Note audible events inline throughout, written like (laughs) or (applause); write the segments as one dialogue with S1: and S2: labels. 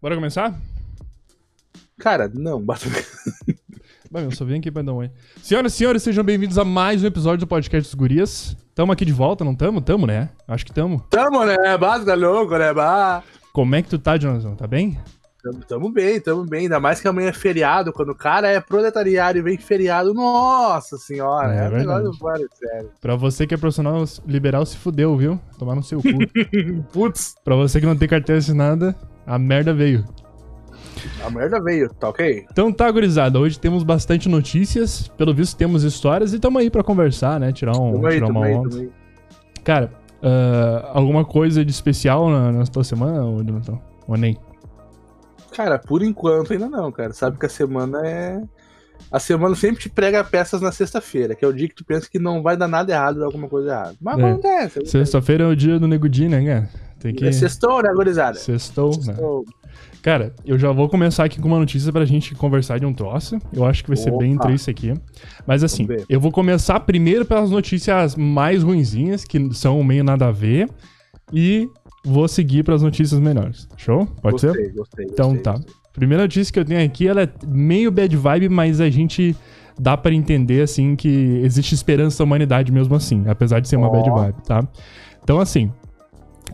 S1: Bora começar?
S2: Cara, não, (laughs) bata.
S1: Vai, eu só vim aqui pra dar um oi. Senhoras e senhores, sejam bem-vindos a mais um episódio do podcast dos Gurias. Tamo aqui de volta, não tamo? Tamo, né? Acho que tamo.
S2: Tamo, né? Bata, tá louco, né? Bah.
S1: Como é que tu tá, Jonathan? Tá bem?
S2: Tamo, tamo bem, tamo bem. Ainda mais que amanhã é feriado. Quando o cara é proletariado e vem feriado, nossa senhora.
S1: É
S2: É, o melhor
S1: verdade.
S2: do vário, sério.
S1: Pra você que é profissional liberal, se fudeu, viu? Tomar no seu
S2: (laughs)
S1: cu.
S2: Putz,
S1: pra você que não tem carteira assinada, a merda veio.
S2: a merda veio, tá ok?
S1: Então tá, gurizada. Hoje temos bastante notícias. Pelo visto, temos histórias e tamo aí pra conversar, né? Tirar, um,
S2: Tamo aí,
S1: tirar
S2: tamo
S1: uma
S2: aí,
S1: onda.
S2: tamo aí.
S1: Cara, ah, alguma coisa de especial na, na tua semana, ô Jonathan? Ou nem?
S2: Cara, por enquanto ainda não, cara. Sabe que a semana é. A semana sempre te prega peças na sexta-feira, que é o dia que tu pensa que não vai dar nada errado, dar alguma coisa errada. Mas
S1: É.
S2: acontece.
S1: Sexta-feira é o dia do Nego Di, né, cara? Tem que...
S2: É sextou, né, gurizada?
S1: Sextou, né?
S2: Sextou.
S1: Cara, eu já vou começar aqui com uma notícia pra gente conversar de um troço. Eu acho que vai ser bem
S2: Opa.
S1: entre isso aqui. Mas assim,
S2: Vamos ver.
S1: eu vou começar primeiro pelas notícias mais ruinzinhas, que são meio nada a ver, e vou seguir pras notícias melhores. Show? Pode ser?
S2: Gostei, gostei.
S1: Então
S2: gostei,
S1: tá. Primeira notícia que eu tenho aqui, ela é meio bad vibe, mas a gente dá pra entender assim que existe esperança da humanidade mesmo assim, apesar de ser uma
S2: Ó.
S1: bad vibe, tá? Então assim,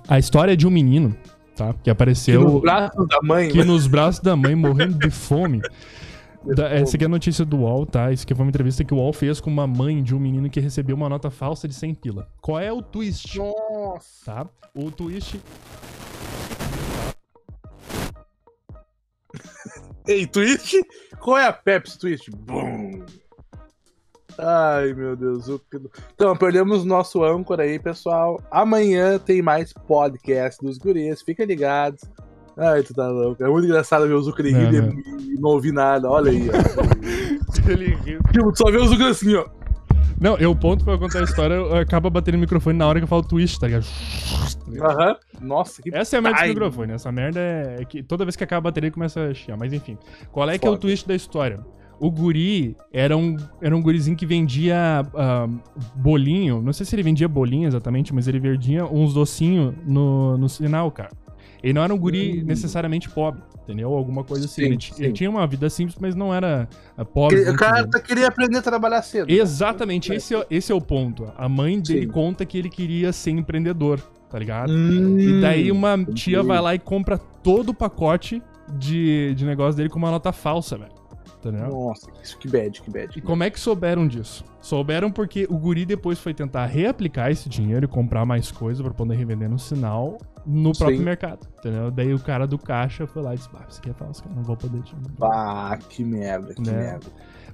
S1: a história é de um menino, tá? Que
S2: Que
S1: apareceu
S2: nos braços da mãe,
S1: que nos braços da mãe morrendo de
S2: (laughs)
S1: fome. Da-
S2: fome.
S1: essa aqui é a notícia do UOL, tá? Isso aqui foi uma entrevista que o UOL fez com uma mãe de um menino que recebeu uma nota falsa de 100 pila. Qual é o twist,
S2: Nossa.
S1: tá? O
S2: (laughs)
S1: twist
S2: Ei, Twist? Qual é a Pepsi Twist? Bum. Ai, meu Deus. o que- Então, perdemos nosso âncora aí, pessoal. Amanhã tem mais podcast dos gurias. Fiquem ligados. Ai, tu tá louco. É muito engraçado ver o Zucre
S1: Não,
S2: rir e-
S1: não.
S2: e não ouvir nada. Olha aí, ó. (laughs) Tipo, tu só vê o Zucre assim, ó.
S1: Não, eu ponto pra eu contar a história, eu acabo batendo o microfone na hora que eu falo twist, tá ligado?
S2: Aham. Nossa, que...
S1: Essa é a merda do
S2: Ai.
S1: microfone. Essa merda é que toda vez que acaba a bateria começa a chiar. Mas enfim. Qual é que é o
S2: Foda.
S1: twist da história? O guri era um, era um gurizinho que vendia ah, bolinho. Não sei se ele vendia bolinho exatamente, mas ele vendia uns docinhos no, no sinal, cara. Ele não era um guri
S2: Hum.
S1: necessariamente pobre, entendeu? Alguma coisa assim.
S2: Sim,
S1: ele, ti-
S2: sim.
S1: ele tinha uma vida simples, mas não era ah, pobre.
S2: que- O
S1: muito
S2: cara
S1: rico.
S2: tá- queria aprender a trabalhar cedo.
S1: Exatamente, esse é, esse é o ponto. A mãe dele
S2: Tá Sim.
S1: conta que ele queria ser empreendedor, tá ligado?
S2: Hum.
S1: E daí uma tia
S2: entendi.
S1: vai lá e compra todo o pacote de, de negócio dele com uma nota falsa, velho. Entendeu?
S2: Nossa, isso que bad, que bad.
S1: E como é que souberam disso? Souberam porque o guri depois foi tentar reaplicar esse dinheiro e comprar mais coisa pra poder revender no sinal no
S2: Sim.
S1: próprio mercado, entendeu? Daí o cara do caixa foi lá e disse, bah, isso aqui é falso, cara, não vou poder te...
S2: Ah, que merda, que
S1: Né?
S2: merda.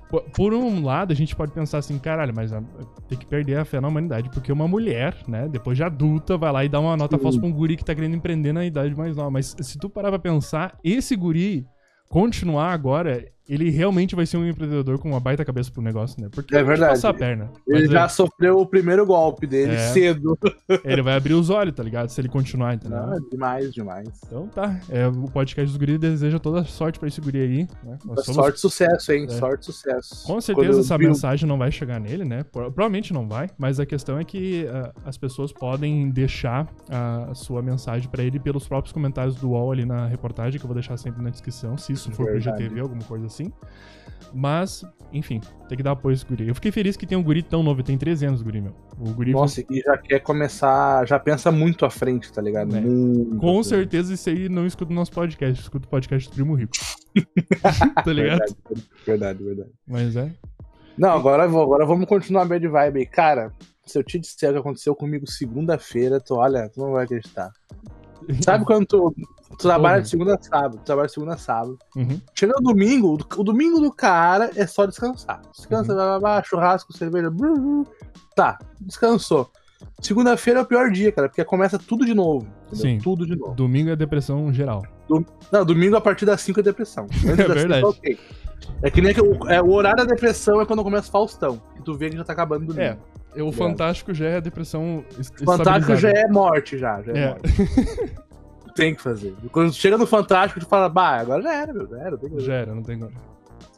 S1: Por, por um lado, a gente pode pensar assim, caralho, mas a- tem que perder a fé na humanidade, porque uma mulher, né, depois de adulta, vai lá e dá uma nota
S2: Sim.
S1: falsa pra um guri que tá querendo empreender na idade mais nova. Mas se tu parar pra pensar, esse guri continuar agora, ele realmente vai ser um empreendedor com uma baita cabeça pro negócio, né? Porque
S2: É
S1: ele vai te
S2: verdade.
S1: passar a perna.
S2: Ele
S1: Mas
S2: já sofreu o primeiro golpe dele
S1: É.
S2: cedo.
S1: ele, ele vai abrir os olhos, tá ligado? Se ele continuar, entendeu?
S2: Não, é demais, demais.
S1: Então tá, é, o podcast do guri deseja toda sorte pra esse guri aí, né? Nós somos
S2: Sorte e sucesso, hein?
S1: É.
S2: Sorte e sucesso.
S1: Com
S2: Quando
S1: certeza
S2: eu
S1: essa
S2: vi o-
S1: mensagem não vai chegar nele, né? Pro- Provavelmente não vai, mas a questão é que ah, as pessoas podem deixar ah, a sua mensagem pra ele pelos próprios comentários do UOL ali na reportagem, que eu vou deixar sempre na descrição, se isso for
S2: Verdade.
S1: pro GTV, alguma coisa assim. Mas, enfim, tem que dar apoio a esse guri. Eu fiquei feliz que tem um guri tão novo, ele tem 13 anos, o guri, meu. O guri
S2: Nossa, e já quer começar, já pensa muito à frente, tá ligado?
S1: É.
S2: Muito.
S1: Com certeza isso aí não escuta o nosso podcast, escuta o podcast do Primo Rico.
S2: (laughs)
S1: tá ligado?
S2: Verdade, verdade, verdade.
S1: Mas é.
S2: Não, agora, eu vou- agora vamos continuar a bad vibe aí. Cara, se eu te disser o que aconteceu comigo segunda-feira, tu olha, tu não vai acreditar. Sabe quando tu, tu trabalha de segunda a sábado, tu trabalha de segunda a sábado.
S1: Uhum.
S2: Chega o domingo, o domingo do cara é só descansar. Descansa,
S1: Uhum.
S2: blá, blá, blá, churrasco, cerveja. blu, blu. Tá, descansou. Segunda-feira é o pior dia, cara, porque começa tudo de novo. entendeu?
S1: Sim.
S2: Tudo de novo.
S1: Domingo é depressão geral.
S2: Não, domingo a partir das 5 é
S1: (laughs)
S2: depressão. Antes das cinco
S1: verdade.
S2: tá ok. É que nem que o, é, o horário da depressão é quando começa Faustão, que tu vê que já tá acabando o domingo.
S1: É, o Fantástico já é a depressão es-
S2: Fantástico
S1: estabilizada.
S2: já é morte, já. já é
S1: É.
S2: morte. Tem que fazer. Quando tu chega no Fantástico, tu fala, bah, agora já era, meu, já era, tem que fazer.
S1: Já era, não tem como.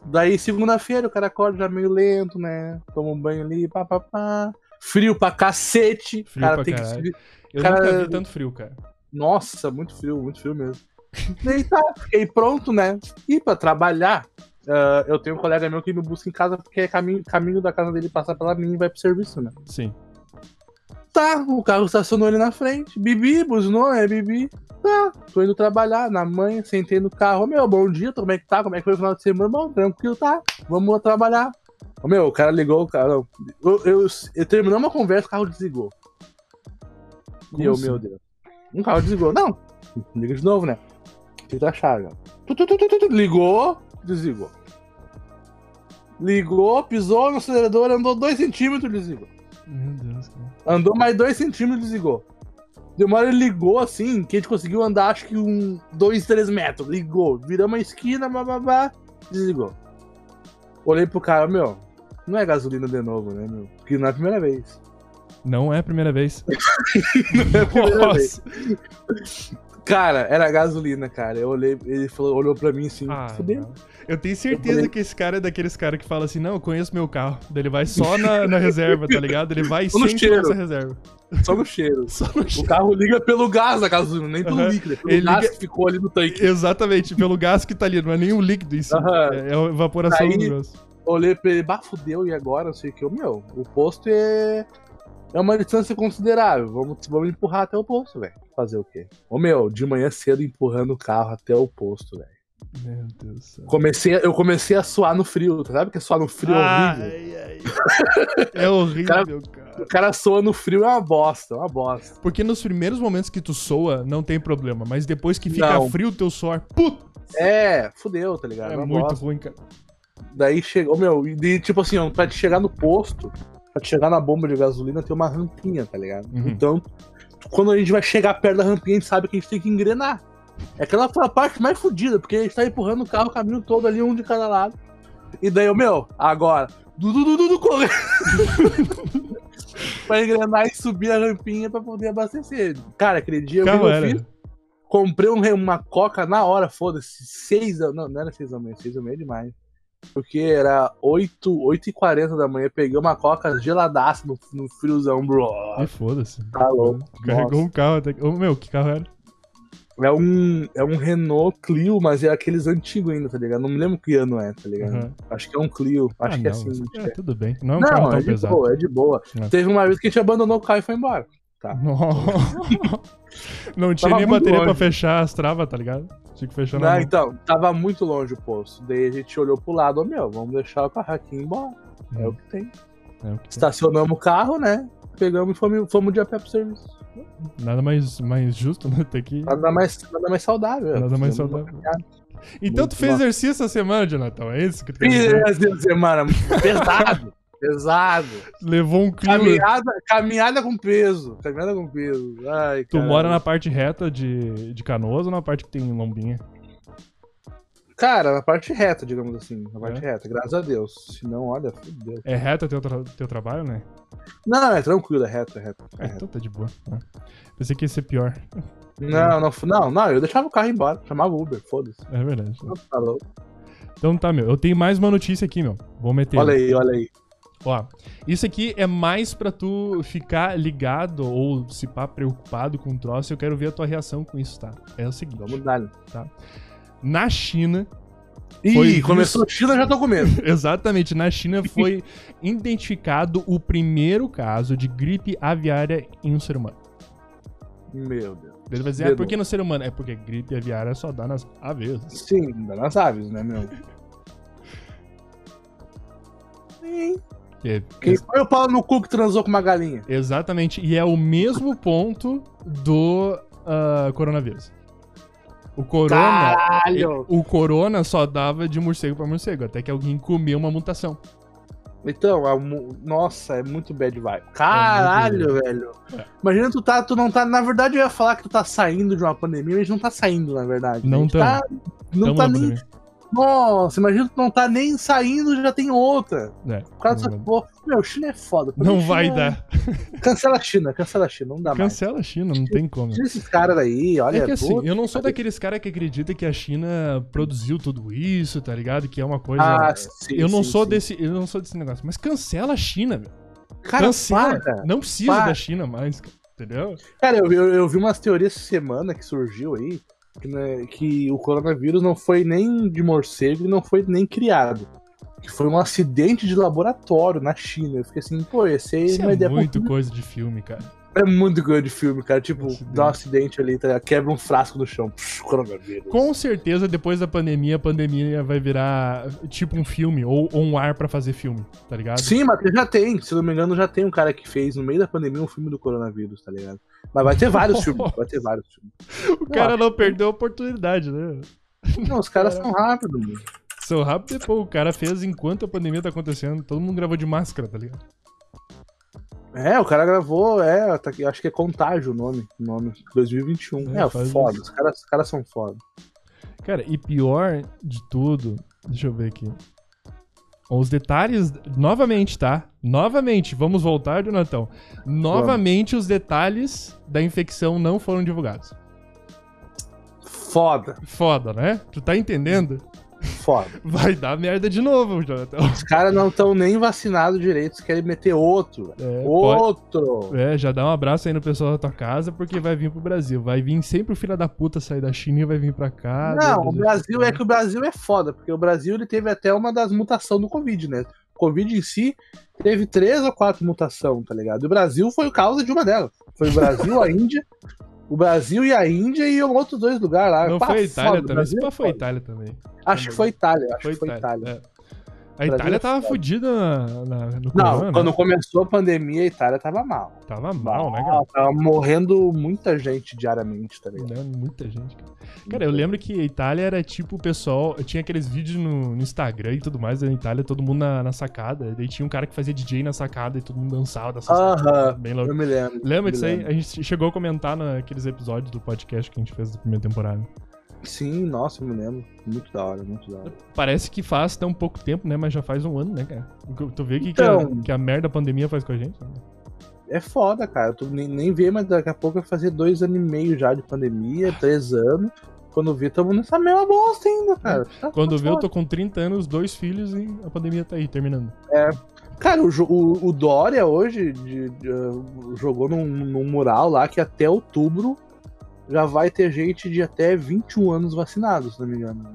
S2: Daí, segunda-feira, o cara acorda já meio lento, né? Toma um banho ali, pá, pá, pá. Frio pra cacete.
S1: Frio
S2: cara
S1: pra
S2: tem
S1: caralho.
S2: que se...
S1: Eu
S2: Cara-
S1: nunca vi tanto frio, cara.
S2: Nossa, muito frio, muito frio mesmo. (laughs) Daí tá, fiquei pronto, né? E pra trabalhar, ah, eu tenho um colega meu que me busca em casa porque é caminho, caminho da casa dele passar pela minha e vai pro serviço, né?
S1: Sim.
S2: Tá, o carro estacionou ali na frente. Bibi, buzinou, né? Bibi. Tá, tô indo trabalhar na manhã, sentei no carro. Ô, Meu, bom dia, como é que tá? Como é que foi o final de semana? Bom, tranquilo, tá. Vamos lá trabalhar. Ô, Meu, o cara ligou, o cara. não. Eu, eu, eu terminei uma conversa, o carro desligou.
S1: Como
S2: e eu,
S1: assim?
S2: meu Deus. Um carro desligou. Não, liga de novo, né? Tira a chave. ó. Tu, tu, tu, tu, tu, tu. Ligou, desligou. Ligou, pisou no acelerador, andou dois centímetros, desligou.
S1: Meu Deus, cara.
S2: Andou mais dois centímetros e desligou. Deu uma hora ele ligou assim, que a gente conseguiu andar acho que um, dois, três metros. Ligou, virou uma esquina, bababá, desligou. Olhei pro cara, meu, não é gasolina de novo, né, meu? Porque não é a primeira vez.
S1: Não é a primeira vez.
S2: (laughs) Não é a primeira vez.
S1: Nossa.
S2: Cara, era gasolina, cara. Eu olhei, ele falou, olhou pra mim assim,
S1: Ah,
S2: fudeu.
S1: não. eu tenho
S2: Eu
S1: certeza
S2: falei-
S1: que esse cara é daqueles caras que fala assim, não, eu conheço meu carro. Daí ele vai só na, na reserva, tá ligado? Ele vai
S2: Só no
S1: sempre
S2: cheiro.
S1: nessa reserva.
S2: só no cheiro.
S1: (laughs) Só no
S2: O
S1: cheiro.
S2: carro liga pelo gás da gasolina, nem pelo
S1: Aham.
S2: líquido, é pelo
S1: Ele
S2: gás
S1: liga-
S2: que ficou ali no tanque.
S1: Exatamente, pelo gás que tá ali, não é nem o líquido isso.
S2: Aham.
S1: É a evaporação
S2: Aí-
S1: do negócio.
S2: olhei pra ele, bah, fudeu, e agora? Não sei o que. Eu, meu, o posto é. É uma distância considerável. Vamos, vamos empurrar até o posto, velho. Fazer o quê? Ô, meu, de manhã cedo empurrando o carro até o posto, velho.
S1: Meu Deus do céu.
S2: Comecei, eu comecei a suar no frio. tá? Sabe que é suar no frio é
S1: Ai,
S2: horrível?
S1: ai. É horrível, cara.
S2: O cara soa no frio é uma bosta, é uma bosta.
S1: Porque nos primeiros momentos que tu soa, não tem problema. Mas depois que fica
S2: Não.
S1: frio o teu suor, puta,
S2: É, fudeu, tá ligado?
S1: é
S2: uma
S1: muito
S2: bosta.
S1: ruim, cara.
S2: Daí chegou, meu, e de, tipo assim, ó, pra te chegar no posto, pra te chegar na bomba de gasolina, tem uma rampinha, tá ligado?
S1: Uhum.
S2: Então, tu- quando a gente vai chegar perto da rampinha, a gente sabe que a gente tem que engrenar. É aquela foi a parte mais fodida, porque a gente tá empurrando o carro o caminho todo ali, um de cada lado. E daí, eu, meu, agora, Dudu, Dudu, Dudu,
S1: (laughs)
S2: corre! pra engrenar e subir a rampinha pra poder abastecer. Cara, aquele dia o que
S1: Carro
S2: eu
S1: era.
S2: fiz? Comprei um re- uma coca na hora, foda-se. Seis da Não, não era seis da manhã, seis da manhã é demais. Porque era 8, 8 e 40 da manhã. Peguei uma coca geladaça no, no friozão, bro.
S1: Ai, foda-se.
S2: Tá louco.
S1: Uhum. Carregou um carro até. Ô, meu, que carro era?
S2: É um, é um Renault Clio, mas é aqueles antigos ainda, tá ligado? Não me lembro que ano é, tá ligado?
S1: Aham.
S2: Acho que é um Clio.
S1: Uhum. ah,
S2: Acho que
S1: não,
S2: é assim.
S1: mas-
S2: acho
S1: é,
S2: que é.
S1: tudo bem. Não é um carro
S2: Não,
S1: tão
S2: é de
S1: pesado. (laughs)
S2: boa, é de boa.
S1: É.
S2: Teve uma vez que a gente abandonou o carro e foi embora.
S1: Não, não tinha
S2: Tava
S1: nem
S2: muito
S1: bateria pra
S2: longe.
S1: fechar as travas, tá ligado? Tinha que fechar
S2: Não,
S1: na mão.
S2: então, tava muito longe o posto. Daí a gente olhou pro lado, ô meu, vamos deixar o carro aqui e ir embora.
S1: Uhum.
S2: É o que tem.
S1: É o que tem.
S2: Estacionamos o carro, né? Pegamos e fomos, fomos de a pé pro serviço.
S1: Nada mais, mais justo, né? Tem que.
S2: Nada mais, nada mais saudável.
S1: Nada mais
S2: Fizemos uma
S1: saudável.
S2: caminhada.
S1: Então
S2: muito
S1: tu fez
S2: massa.
S1: exercício essa semana, Jonathan. É isso que tu quer
S2: Fiz
S1: dizer?
S2: essa (laughs) semana pesado. Pesado.
S1: Levou um clima.
S2: Caminhada, caminhada com peso. Caminhada com peso. Ai,
S1: Tu
S2: caralho.
S1: mora na parte reta de, de canoas ou na parte que tem lombinha?
S2: Cara, na parte reta, digamos assim. Na parte
S1: É.
S2: reta, graças a Deus. Se não, olha, fudeu.
S1: É reta teu, tra- teu trabalho, né?
S2: Não, é tranquilo, é reto, é reto.
S1: É, então tá de boa. né? Pensei que ia ser pior.
S2: Não, não, não, não, eu deixava o carro embora, chamava o Uber, foda-se.
S1: É verdade.
S2: Tá louco.
S1: Então tá, meu. Eu tenho mais uma notícia aqui, meu. Vou meter.
S2: Olha aí, olha aí.
S1: Ó, isso aqui é mais pra tu ficar ligado ou se pá preocupado com o troço. Eu quero ver a tua reação com isso, tá? É o seguinte.
S2: Vamos dar.
S1: Na China, (laughs) Foi
S2: Ih,
S1: visto-
S2: começou o China, já tô com medo.
S1: exatamente, na China foi identificado o primeiro caso de gripe aviária em um ser humano.
S2: Meu Deus.
S1: Ele vai dizer, ah, por que no ser humano? É porque gripe aviária só dá nas avesas.
S2: Sim, dá nas aves, né, meu? Sim.
S1: É,
S2: Quem foi o pau no cu que transou com uma galinha?
S1: Exatamente. E é o mesmo ponto do ah, coronavírus. O corona.
S2: Caralho!
S1: O corona só dava de morcego pra morcego, até que alguém comeu uma mutação.
S2: Então, a mu- nossa, é muito bad vibe. Caralho, velho. Imagina tu tá, tu não tá. Na verdade, eu ia falar que tu tá saindo de uma pandemia, mas não tá saindo, na verdade.
S1: Não
S2: A gente
S1: tamo.
S2: tá. Não
S1: Tamo
S2: tá
S1: na
S2: nem.
S1: pandemia.
S2: Nossa, imagina tu não tá nem saindo, já tem outra.
S1: É,
S2: O cara
S1: não
S2: só,
S1: vai-
S2: pô, meu, China é foda. Pra
S1: Não
S2: mim,
S1: vai
S2: China Tá é-
S1: dar.
S2: Cancela a China, cancela a China, não dá mais.
S1: Cancela a China, não tem como.
S2: Tira esses caras aí, olha.
S1: É que assim,
S2: puta.
S1: eu não sou daqueles caras que acredita que a China produziu tudo isso, tá ligado? Que é uma coisa.
S2: Ah, sim,
S1: eu não
S2: sim,
S1: sou
S2: sim.
S1: desse, eu não sou desse negócio, mas cancela a China, velho.
S2: Cara,
S1: cancela.
S2: para.
S1: não precisa
S2: para.
S1: da China mais, cara. entendeu?
S2: Cara, eu, eu, eu vi umas teorias essa semana que surgiu aí que, né, que o coronavírus não foi nem de morcego e não foi nem criado. Que foi um acidente de laboratório na China. Eu fiquei assim, pô, esse aí
S1: Isso
S2: é uma
S1: é
S2: ideia
S1: muito coisa de filme, cara.
S2: É muito grande filme, cara. Tipo,
S1: Acidente.
S2: dá um acidente ali, tá ligado? quebra um frasco no chão. Psh, coronavírus.
S1: Com certeza, depois da pandemia, a pandemia vai virar tipo um filme ou, ou um ar pra fazer filme, tá ligado?
S2: Sim, mas já tem. Se não me engano, já tem um cara que fez no meio da pandemia um filme do coronavírus, tá ligado? Mas vai ter vários filmes, vai ter vários
S1: (laughs)
S2: filmes.
S1: O cara não perdeu a oportunidade, né?
S2: Não, os caras são rápidos, mano.
S1: São rápido depois. O cara fez enquanto a pandemia tá acontecendo. Todo mundo gravou de máscara, tá ligado?
S2: É, o cara gravou, é, tá aqui, acho que é Contágio o nome, o nome 2021.
S1: É,
S2: É,
S1: faz
S2: foda,
S1: isso.
S2: os caras, os caras são foda.
S1: Cara, e pior de tudo, deixa eu ver aqui. Os detalhes, novamente, tá? Novamente, vamos voltar, Jonathan. Novamente, os detalhes da infecção não foram divulgados.
S2: Foda,
S1: Foda, né? Tu tá entendendo?
S2: foda.
S1: Vai dar merda de novo,
S2: (laughs)
S1: Jonathan.
S2: Os caras não estão nem vacinados direito, eles querem meter outro, velho.
S1: É, pode-
S2: outro.
S1: é, já dá um abraço aí no pessoal da tua casa, porque vai vir pro Brasil. Vai vir sempre o filho da puta sair da China e vai vir pra cá.
S2: Não, o
S1: Ah, Deus,
S2: Brasil
S1: Deus.
S2: é que o Brasil é foda, porque o Brasil ele teve até uma das mutações do Covid, né? O Covid em si teve três ou quatro mutações, tá ligado? E o Brasil foi causa de uma delas. Foi o Brasil, a (laughs) Índia, o Brasil e a Índia e um outros dois lugares lá.
S1: Não
S2: Pá,
S1: foi a
S2: foda,
S1: Itália
S2: o
S1: também.
S2: Brasil
S1: Se pá,
S2: é
S1: foi a
S2: foda.
S1: Itália também.
S2: Acho que foi Itália, acho
S1: Foi
S2: que foi Itália.
S1: Itália. é. A
S2: Brasil
S1: Itália
S2: é
S1: tava
S2: foda.
S1: fudida na, na- no
S2: Não,
S1: corona. né?
S2: quando começou a pandemia, a Itália tava mal.
S1: Tava mal, né, cara?
S2: Mal, Tava morrendo muita gente diariamente, tá ligado?
S1: Né? Muita gente. Cara. Cara, eu lembro que a Itália era tipo o pessoal. Tinha aqueles vídeos no, no Instagram e tudo mais da Itália, todo mundo na, na sacada. Daí tinha um cara que fazia DJ na sacada e todo mundo dançava dessa
S2: Aham.
S1: bem louco.
S2: Eu me lembro.
S1: Lembra
S2: me
S1: disso aí?
S2: lembro.
S1: A gente chegou a comentar naqueles episódios do podcast que a gente fez da primeira temporada.
S2: Sim, nossa, eu me lembro. Muito da hora, muito da hora.
S1: Parece que faz tão pouco tempo, né? Mas já faz um ano, né, cara? Tu- Tu vê o que, que,
S2: Então.
S1: a, que a merda da pandemia faz com a gente? né?
S2: É foda, cara. Tu nem, nem vê, mas daqui a pouco vai fazer dois anos e meio já de pandemia, três anos. Quando vê, tamo nessa mesma bosta ainda, cara. Tá-
S1: Quando
S2: tá
S1: vê, eu
S2: foda.
S1: tô com 30 anos, dois filhos e a pandemia tá aí, terminando.
S2: Cara, o, jo- o, o Dória hoje de- de, uh, jogou num, num mural lá que até outubro já vai ter gente de até 21 anos vacinados, se não me engano.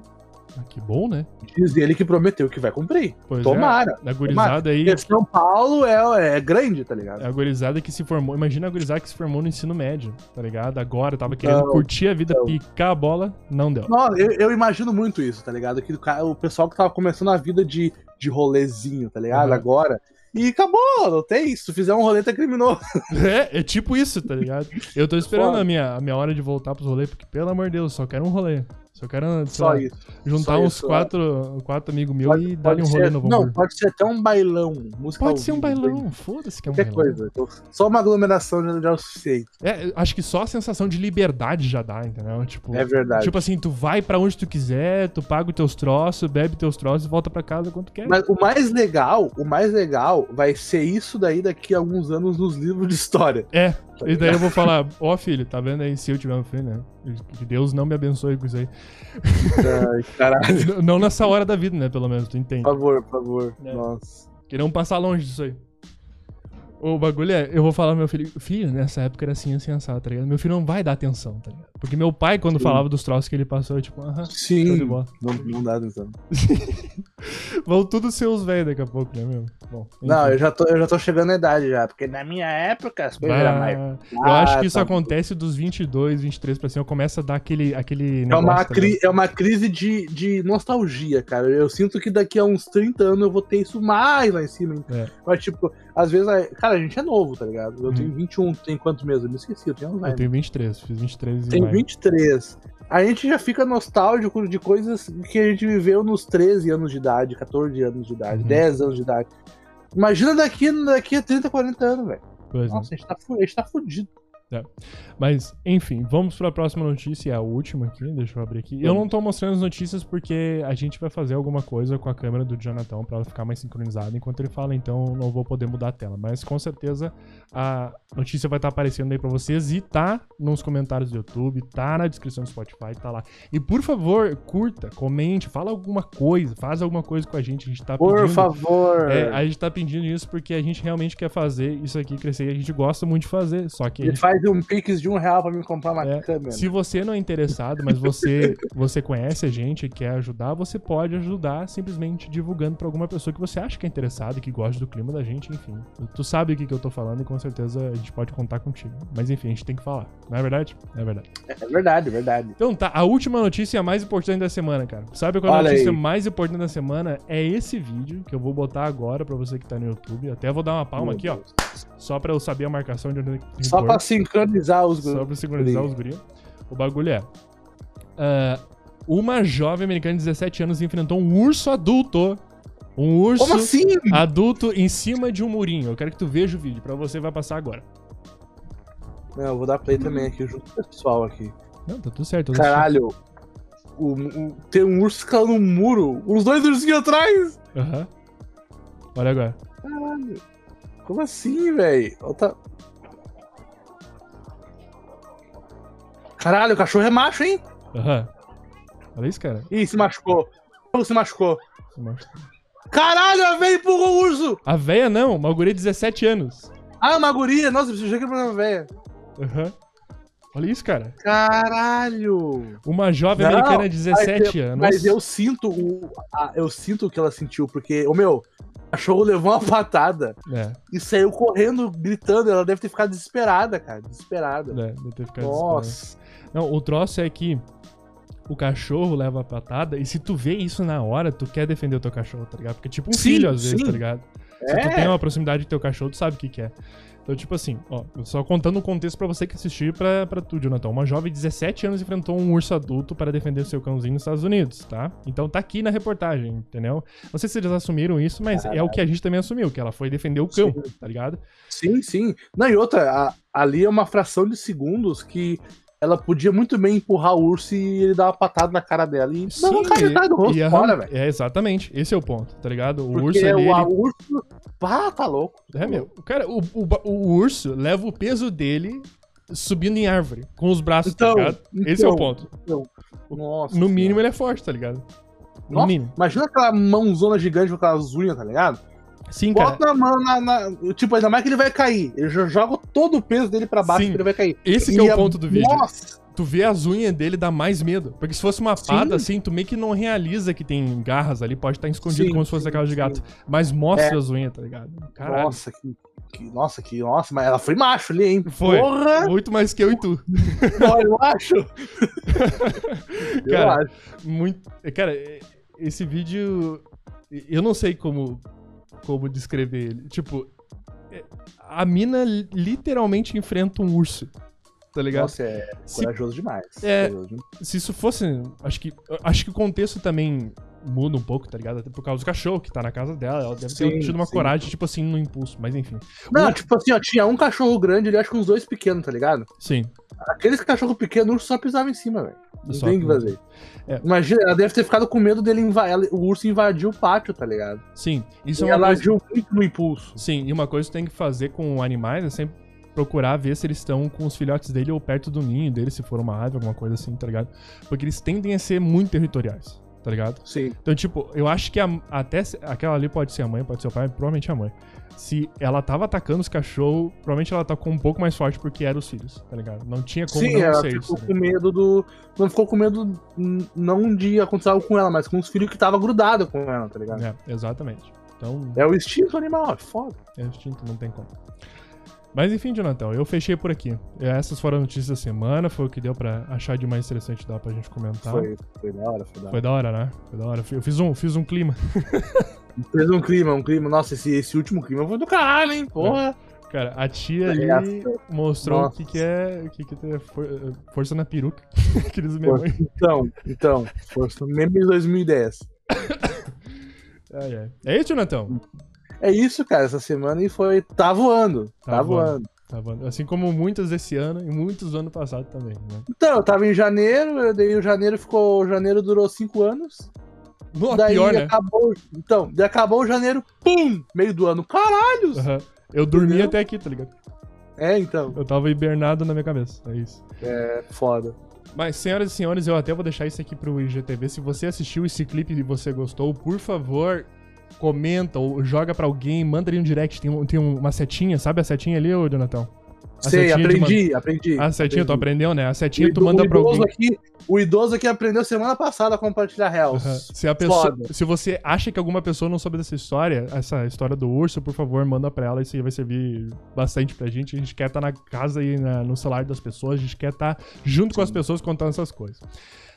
S1: Ah, que bom, né?
S2: Diz ele que prometeu que vai cumprir.
S1: Pois
S2: Tomara.
S1: é. A gurizada aí.
S2: Porque São Paulo é, é grande, tá ligado?
S1: A gurizada que se formou. Imagina a gurizada que se formou no ensino médio, tá ligado? Agora tava querendo curtir a vida,
S2: não.
S1: picar a bola, não deu.
S2: Nossa, eu, eu imagino muito isso, tá ligado? Que o, ca- o pessoal que tava começando a vida de, de rolezinho, tá ligado?
S1: Uhum.
S2: Agora. E acabou, não tem isso. Se fizer um rolê, tá criminoso.
S1: (laughs) É, é tipo isso, tá ligado? Eu tô esperando
S2: Foda.
S1: a minha, a minha hora de voltar pros rolês, porque, pelo amor de Deus, só quero um rolê. Só quero sei
S2: Só
S1: lá,
S2: isso.
S1: juntar
S2: só
S1: uns
S2: isso, é.
S1: quatro, quatro amigos meus e dar um
S2: Pode
S1: rolê
S2: ser,
S1: no
S2: não,
S1: Hamburgo.
S2: pode ser até um bailão. Música ao
S1: Pode ser um
S2: vivo,
S1: bailão, foda-se que é um
S2: Qualquer
S1: bailão.
S2: coisa. Então, só uma aglomeração já, já é o suficiente.
S1: É, eu acho que só a sensação de liberdade já dá, entendeu? Tipo,
S2: É verdade.
S1: Tipo assim, tu vai pra onde tu quiser, tu paga os teus troços, bebe teus troços e volta pra casa quando tu quer.
S2: Mas o mais legal, o mais legal vai ser isso daí daqui a alguns anos nos livros de história.
S1: É,
S2: Tá
S1: e daí eu vou falar, ó filho, tá vendo aí, se eu tiver um filho, né? Que Deus não me abençoe com isso
S2: (laughs)
S1: aí.
S2: Ai, caralho,
S1: N- não nessa hora da vida, né, pelo menos, tu entende.
S2: por favor, por favor.
S1: É.
S2: Nossa.
S1: Queremos passar longe disso aí. O bagulho é, eu vou falar pro meu filho, filho, nessa época era assim, assim, assado, tá ligado? Meu filho não vai dar atenção, tá ligado? Porque meu pai, quando
S2: Sim.
S1: falava dos troços que ele passou, eu tipo, aham, show de
S2: Sim.
S1: bola.
S2: Não, não dá atenção.
S1: Vão todos ser os velhos daqui a pouco, né, meu? Bom,
S2: Não,
S1: enfim.
S2: eu já, tô, eu já tô chegando na idade já, porque na minha época as coisas eram mais.
S1: Ah, Eu acho que isso
S2: tá.
S1: acontece dos 22, 23 pra cima, começa a dar aquele, aquele
S2: É uma,
S1: tá
S2: cri- é uma crise de, de nostalgia, cara. Eu sinto que daqui a uns 30 anos eu vou ter isso mais lá em cima. hein?
S1: É.
S2: Mas, tipo, às vezes. a- Cara, a gente é novo, tá ligado? Eu
S1: Uhum.
S2: tenho 21, tem quantos meses? Eu me esqueci, eu
S1: ligado?
S2: tenho
S1: Eu
S2: Alzheimer.
S1: tenho 23, fiz 23 em
S2: Tenho
S1: maio.
S2: 23. A gente já fica nostálgico de coisas que a gente viveu nos 13 anos de idade, 14 anos de idade,
S1: Uhum.
S2: 10 anos de idade. Imagina daqui, daqui a 30, 40 anos, velho.
S1: Pois é.
S2: Nossa, a gente tá, fu- a gente tá fudido.
S1: Mas, enfim, vamos pra próxima notícia, e a última aqui, deixa eu abrir aqui. Eu não tô mostrando as notícias porque a gente vai fazer alguma coisa com a câmera do Jonathan pra ela ficar mais sincronizada enquanto ele fala, então eu não vou poder mudar a tela. Mas com certeza a notícia vai estar aparecendo aí pra vocês e tá nos comentários do YouTube, tá na descrição do Spotify, tá lá. E por favor, curta, comente, fala alguma coisa, faz alguma coisa com a gente, a gente tá
S2: Por
S1: pedindo.
S2: favor.
S1: É, a gente tá pedindo isso porque a gente realmente quer fazer isso aqui crescer e a gente gosta muito de fazer. Só que a
S2: E
S1: gente
S2: faz faz um pix de um real pra me comprar uma
S1: É,
S2: câmera.
S1: Se você não é interessado, mas
S2: (laughs)
S1: você, você conhece a gente e quer ajudar, você pode ajudar simplesmente divulgando pra alguma pessoa que você acha que é interessada, que gosta do clima da gente, enfim. Tu- Tu sabe o que, que eu tô falando e com certeza a gente pode contar contigo. Mas enfim, a gente tem que falar. Não é verdade? Não é verdade.
S2: É verdade, é verdade.
S1: Então tá, a última notícia mais importante da semana, cara. Sabe qual é a
S2: Olha
S1: notícia
S2: aí.
S1: mais importante da semana? É esse vídeo que eu vou botar agora pra você que tá no YouTube. Até vou dar uma palma
S2: Meu
S1: aqui, ó. Só pra eu saber a marcação de onde eu tenho que
S2: Só
S1: pôr.
S2: pra sincronizar os
S1: Só
S2: grupos.
S1: pra sincronizar os guri. O bagulho é. ah, uma jovem americana de 17 anos enfrentou um urso adulto. Um urso
S2: Como assim?
S1: adulto em cima de um murinho. Eu quero que tu veja o vídeo, pra você vai passar agora.
S2: Não, eu vou dar play também aqui junto com o pessoal aqui.
S1: Não, tá tudo certo. eu vou
S2: Caralho. O, o- tem um urso que caiu no muro. Os dois ursinhos atrás.
S1: assistir. Aham. Olha agora.
S2: Como assim, velho? Outra... Caralho, o cachorro é macho, hein?
S1: Aham. Olha isso, cara.
S2: Ih, se machucou. Como se machucou?
S1: Isso mostra.
S2: Caralho, a véia empurrou o urso!
S1: A véia não, uma guria de 17 anos.
S2: Ah, uma guria. Nossa, eu achei que era um problema velha.
S1: Aham. Olha isso, cara.
S2: Caralho!
S1: Uma jovem
S2: Não,
S1: americana de 17
S2: mas eu,
S1: anos.
S2: Mas eu sinto o. a- eu sinto o que ela sentiu, porque, o meu, o cachorro levou uma patada
S1: É,
S2: e saiu correndo, gritando. Ela deve ter ficado desesperada, cara. Desesperada.
S1: né, deve ter ficado desesperado.
S2: Nossa.
S1: Não, o troço é que o cachorro leva a patada e se tu vê isso na hora, tu quer defender o teu cachorro, tá ligado? Porque é tipo um
S2: Sim,
S1: filho às vezes,
S2: sim. É.
S1: tá ligado? Se tu tem uma proximidade do teu cachorro, tu sabe o que que é. Então, tipo assim, ó, só contando o contexto pra você que assistiu pra, pra tu, Jonathan. Uma jovem de 17 anos enfrentou um urso adulto para defender seu cãozinho nos Estados Unidos, tá? Então tá aqui na reportagem, entendeu? Não sei se eles assumiram isso, mas é o que a gente também assumiu, que ela foi defender o cão, tá ligado?
S2: Sim, sim. Não, e outra, a- ali é uma fração de segundos que ela podia muito bem empurrar o urso e ele dar uma patada na cara dela. E não, não cara,
S1: e-
S2: tá do rosto
S1: e arran-
S2: fora, velho.
S1: É, exatamente. Esse é o ponto, tá ligado? O
S2: Porque
S1: urso ali,
S2: o
S1: ele
S2: a- o urso. Ah, tá louco.
S1: É meu. Cara, o, o, ba- o urso leva o peso dele subindo em árvore, com os braços,
S2: Então,
S1: tá ligado? Esse é o
S2: então,
S1: ponto. No
S2: Nossa. senhora.
S1: mínimo ele é forte, tá ligado? No
S2: Nossa.
S1: mínimo.
S2: Imagina aquela mãozona gigante com aquelas unhas, tá ligado?
S1: Sim, cara.
S2: Bota a mão na, na- Tipo, ainda mais que ele vai cair. Ele já joga todo o peso dele pra baixo
S1: Sim.
S2: que ele vai cair.
S1: Esse que é
S2: E
S1: o ponto do vídeo.
S2: Nossa!
S1: Tu vê as unhas dele dá mais medo. Porque se fosse uma pata, assim, tu meio que não realiza que tem garras ali, pode estar escondido
S2: Sim,
S1: como se fosse
S2: sim,
S1: aquela de
S2: sim. É.
S1: gato. Mas mostra as unhas, tá ligado? Caralho.
S2: Nossa, que, que- Nossa, que. Nossa, mas ela foi macho ali, hein?
S1: Foi.
S2: Porra!
S1: Muito mais que eu e tu.
S2: Não, eu
S1: (laughs)
S2: acho.
S1: Cara,
S2: eu acho.
S1: Muito. Cara, é- esse vídeo. Eu não sei como, como descrever ele. Tipo, é, a mina li- literalmente enfrenta um urso. Tá ligado?
S2: Nossa, é
S1: se,
S2: corajoso demais.
S1: É.
S2: corajoso demais.
S1: se isso fosse. Acho que, acho que o contexto também muda um pouco, tá ligado? Até por causa do cachorro que tá na casa dela. Ela deve ter
S2: Sim,
S1: tido uma
S2: sim.
S1: coragem, tipo assim, no impulso, mas enfim.
S2: Não, tipo assim, ó, tinha um cachorro grande ali, acho que uns dois pequenos, tá ligado?
S1: Sim.
S2: Aqueles cachorro pequeno, o urso só pisava em cima, velho. Não
S1: só
S2: tem o que
S1: que-
S2: fazer.
S1: É.
S2: Imagina, ela deve ter ficado com medo dele invadir. O urso invadiu o pátio, tá ligado?
S1: Sim. Isso
S2: E
S1: é uma
S2: ela
S1: coisa-
S2: agiu muito no impulso.
S1: Sim, e uma coisa que tu tem que fazer com animais é sempre procurar ver se eles estão com os filhotes dele ou perto do ninho dele, se for uma ave, alguma coisa assim, tá ligado? Porque eles tendem a ser muito territoriais, tá ligado?
S2: Sim.
S1: Então, tipo, eu acho que a- até se- aquela ali pode ser a mãe, pode ser o pai, provavelmente é a mãe. Se ela tava atacando os cachorros, provavelmente ela atacou um pouco mais forte porque eram os filhos, tá ligado? Não tinha como
S2: Sim,
S1: não
S2: ela
S1: ser isso.
S2: ficou
S1: tá
S2: com
S1: ligado?
S2: medo do. Não ficou com medo hum, não de acontecer algo com ela, mas com os filhos que tava grudado com ela, tá ligado?
S1: É, exatamente. Então,
S2: É o instinto animal, é foda.
S1: É extinto, não tem como. Mas enfim, Jonathan, eu fechei por aqui. Essas foram as notícias da semana, foi o que deu pra achar de mais interessante dar pra gente comentar. Foi,
S2: Foi, foi da hora, foi da hora.
S1: da hora, né? Foi da hora. Eu fiz um, fiz um clima.
S2: Fez um clima, um clima. Nossa, esse, esse último clima foi do caralho, hein? Porra.
S1: É. Cara, a tia ali
S2: Essa-
S1: mostrou
S2: Nossa.
S1: o que, que é, o que que é for- força na peruca, (laughs) que diz minha mãe.
S2: Então, então, força meme de 2010.
S1: Ai, ai. É isso, Jonathan?
S2: É isso, cara. Essa semana e foi. Tá voando. Tá,
S1: Tá voando.
S2: voando.
S1: Tá bom. Assim como muitas desse ano e muitos do ano passado também, né?
S2: Então, eu tava em janeiro, eu dei o janeiro ficou. Janeiro durou cinco anos.
S1: Não,
S2: daí
S1: pior, né?
S2: acabou. Então, daí acabou o janeiro, pum! Meio do ano. Caralho!
S1: Aham. Eu dormi
S2: Entendeu?
S1: até aqui, tá ligado?
S2: É, então.
S1: Eu tava hibernado na minha cabeça, é isso.
S2: É foda.
S1: Mas, senhoras e senhores, eu até vou deixar isso aqui pro IGTV. Se você assistiu esse clipe e você gostou, por favor, comenta ou joga pra alguém, manda ali um direct. Tem, um- tem um- uma setinha, sabe a setinha ali, ô Donatão? A
S2: Sei,
S1: setinha de
S2: aprendi, aprendi.
S1: A setinha tu
S2: aprendi.
S1: aprendeu, né? A
S2: O
S1: setinha tu
S2: ido-
S1: manda
S2: o
S1: pra
S2: idoso
S1: alguém.
S2: aqui, O idoso aqui aprendeu semana passada a compartilhar réus.
S1: Aham. Uhum. Se, a pessoa,
S2: Foda.
S1: se você acha que alguma pessoa não soube dessa história, essa história do urso, por favor, manda pra ela. Isso aí vai servir bastante pra gente. A gente quer estar na casa e na- no celular das pessoas. A gente quer estar junto com as pessoas contando essas coisas.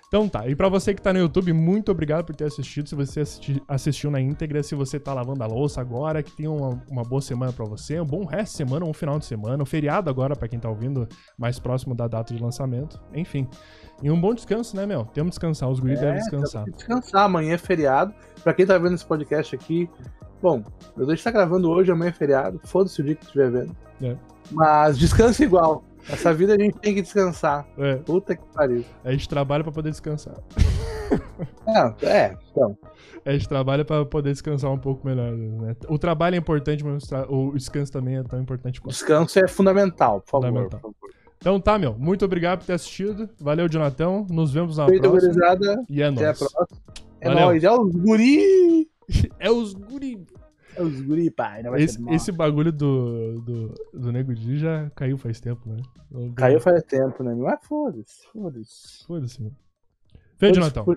S1: Então tá, e pra você que tá no YouTube, muito obrigado por ter assistido. Se você assisti- assistiu na íntegra, se você tá lavando a louça agora, que tenha uma, uma boa semana pra você, um bom resto de semana, um final de semana, um feriado agora pra quem tá ouvindo mais próximo da data de lançamento. Enfim. E um bom descanso, né, meu? Temos que descansar, os guris
S2: É,
S1: devem descansar.
S2: Tem que descansar, amanhã é feriado. Pra quem tá vendo esse podcast aqui, bom, meu Deus tá gravando hoje, amanhã é feriado. Foda-se o dia que estiver vendo.
S1: É.
S2: Mas descansa igual. Essa vida a gente tem que descansar.
S1: É,
S2: Puta que pariu.
S1: a gente trabalha pra poder descansar.
S2: É, é então.
S1: A gente trabalha pra poder descansar um pouco melhor, né? O trabalho é importante, mas o tra- o descanso também é tão importante quanto.
S2: Descanso é fundamental, por favor.
S1: Fundamental.
S2: por favor.
S1: Então tá, meu. Muito obrigado por ter assistido. Valeu, Jonatão. Nos vemos na
S2: Feito,
S1: próxima.
S2: gurizada.
S1: E é
S2: Até a
S1: nóis.
S2: próxima. É
S1: Valeu.
S2: nóis. É os guri.
S1: É os guri.
S2: É os guri, pai. Não vai ser
S1: Esse,
S2: mal.
S1: esse bagulho do, do, do Nego Di já caiu faz tempo, né? Eu-
S2: Caiu faz tempo, né? Mas Ah, foda-se, foda-se.
S1: Foda-se, meu. Vê, Jonatão.
S2: Foda-se por-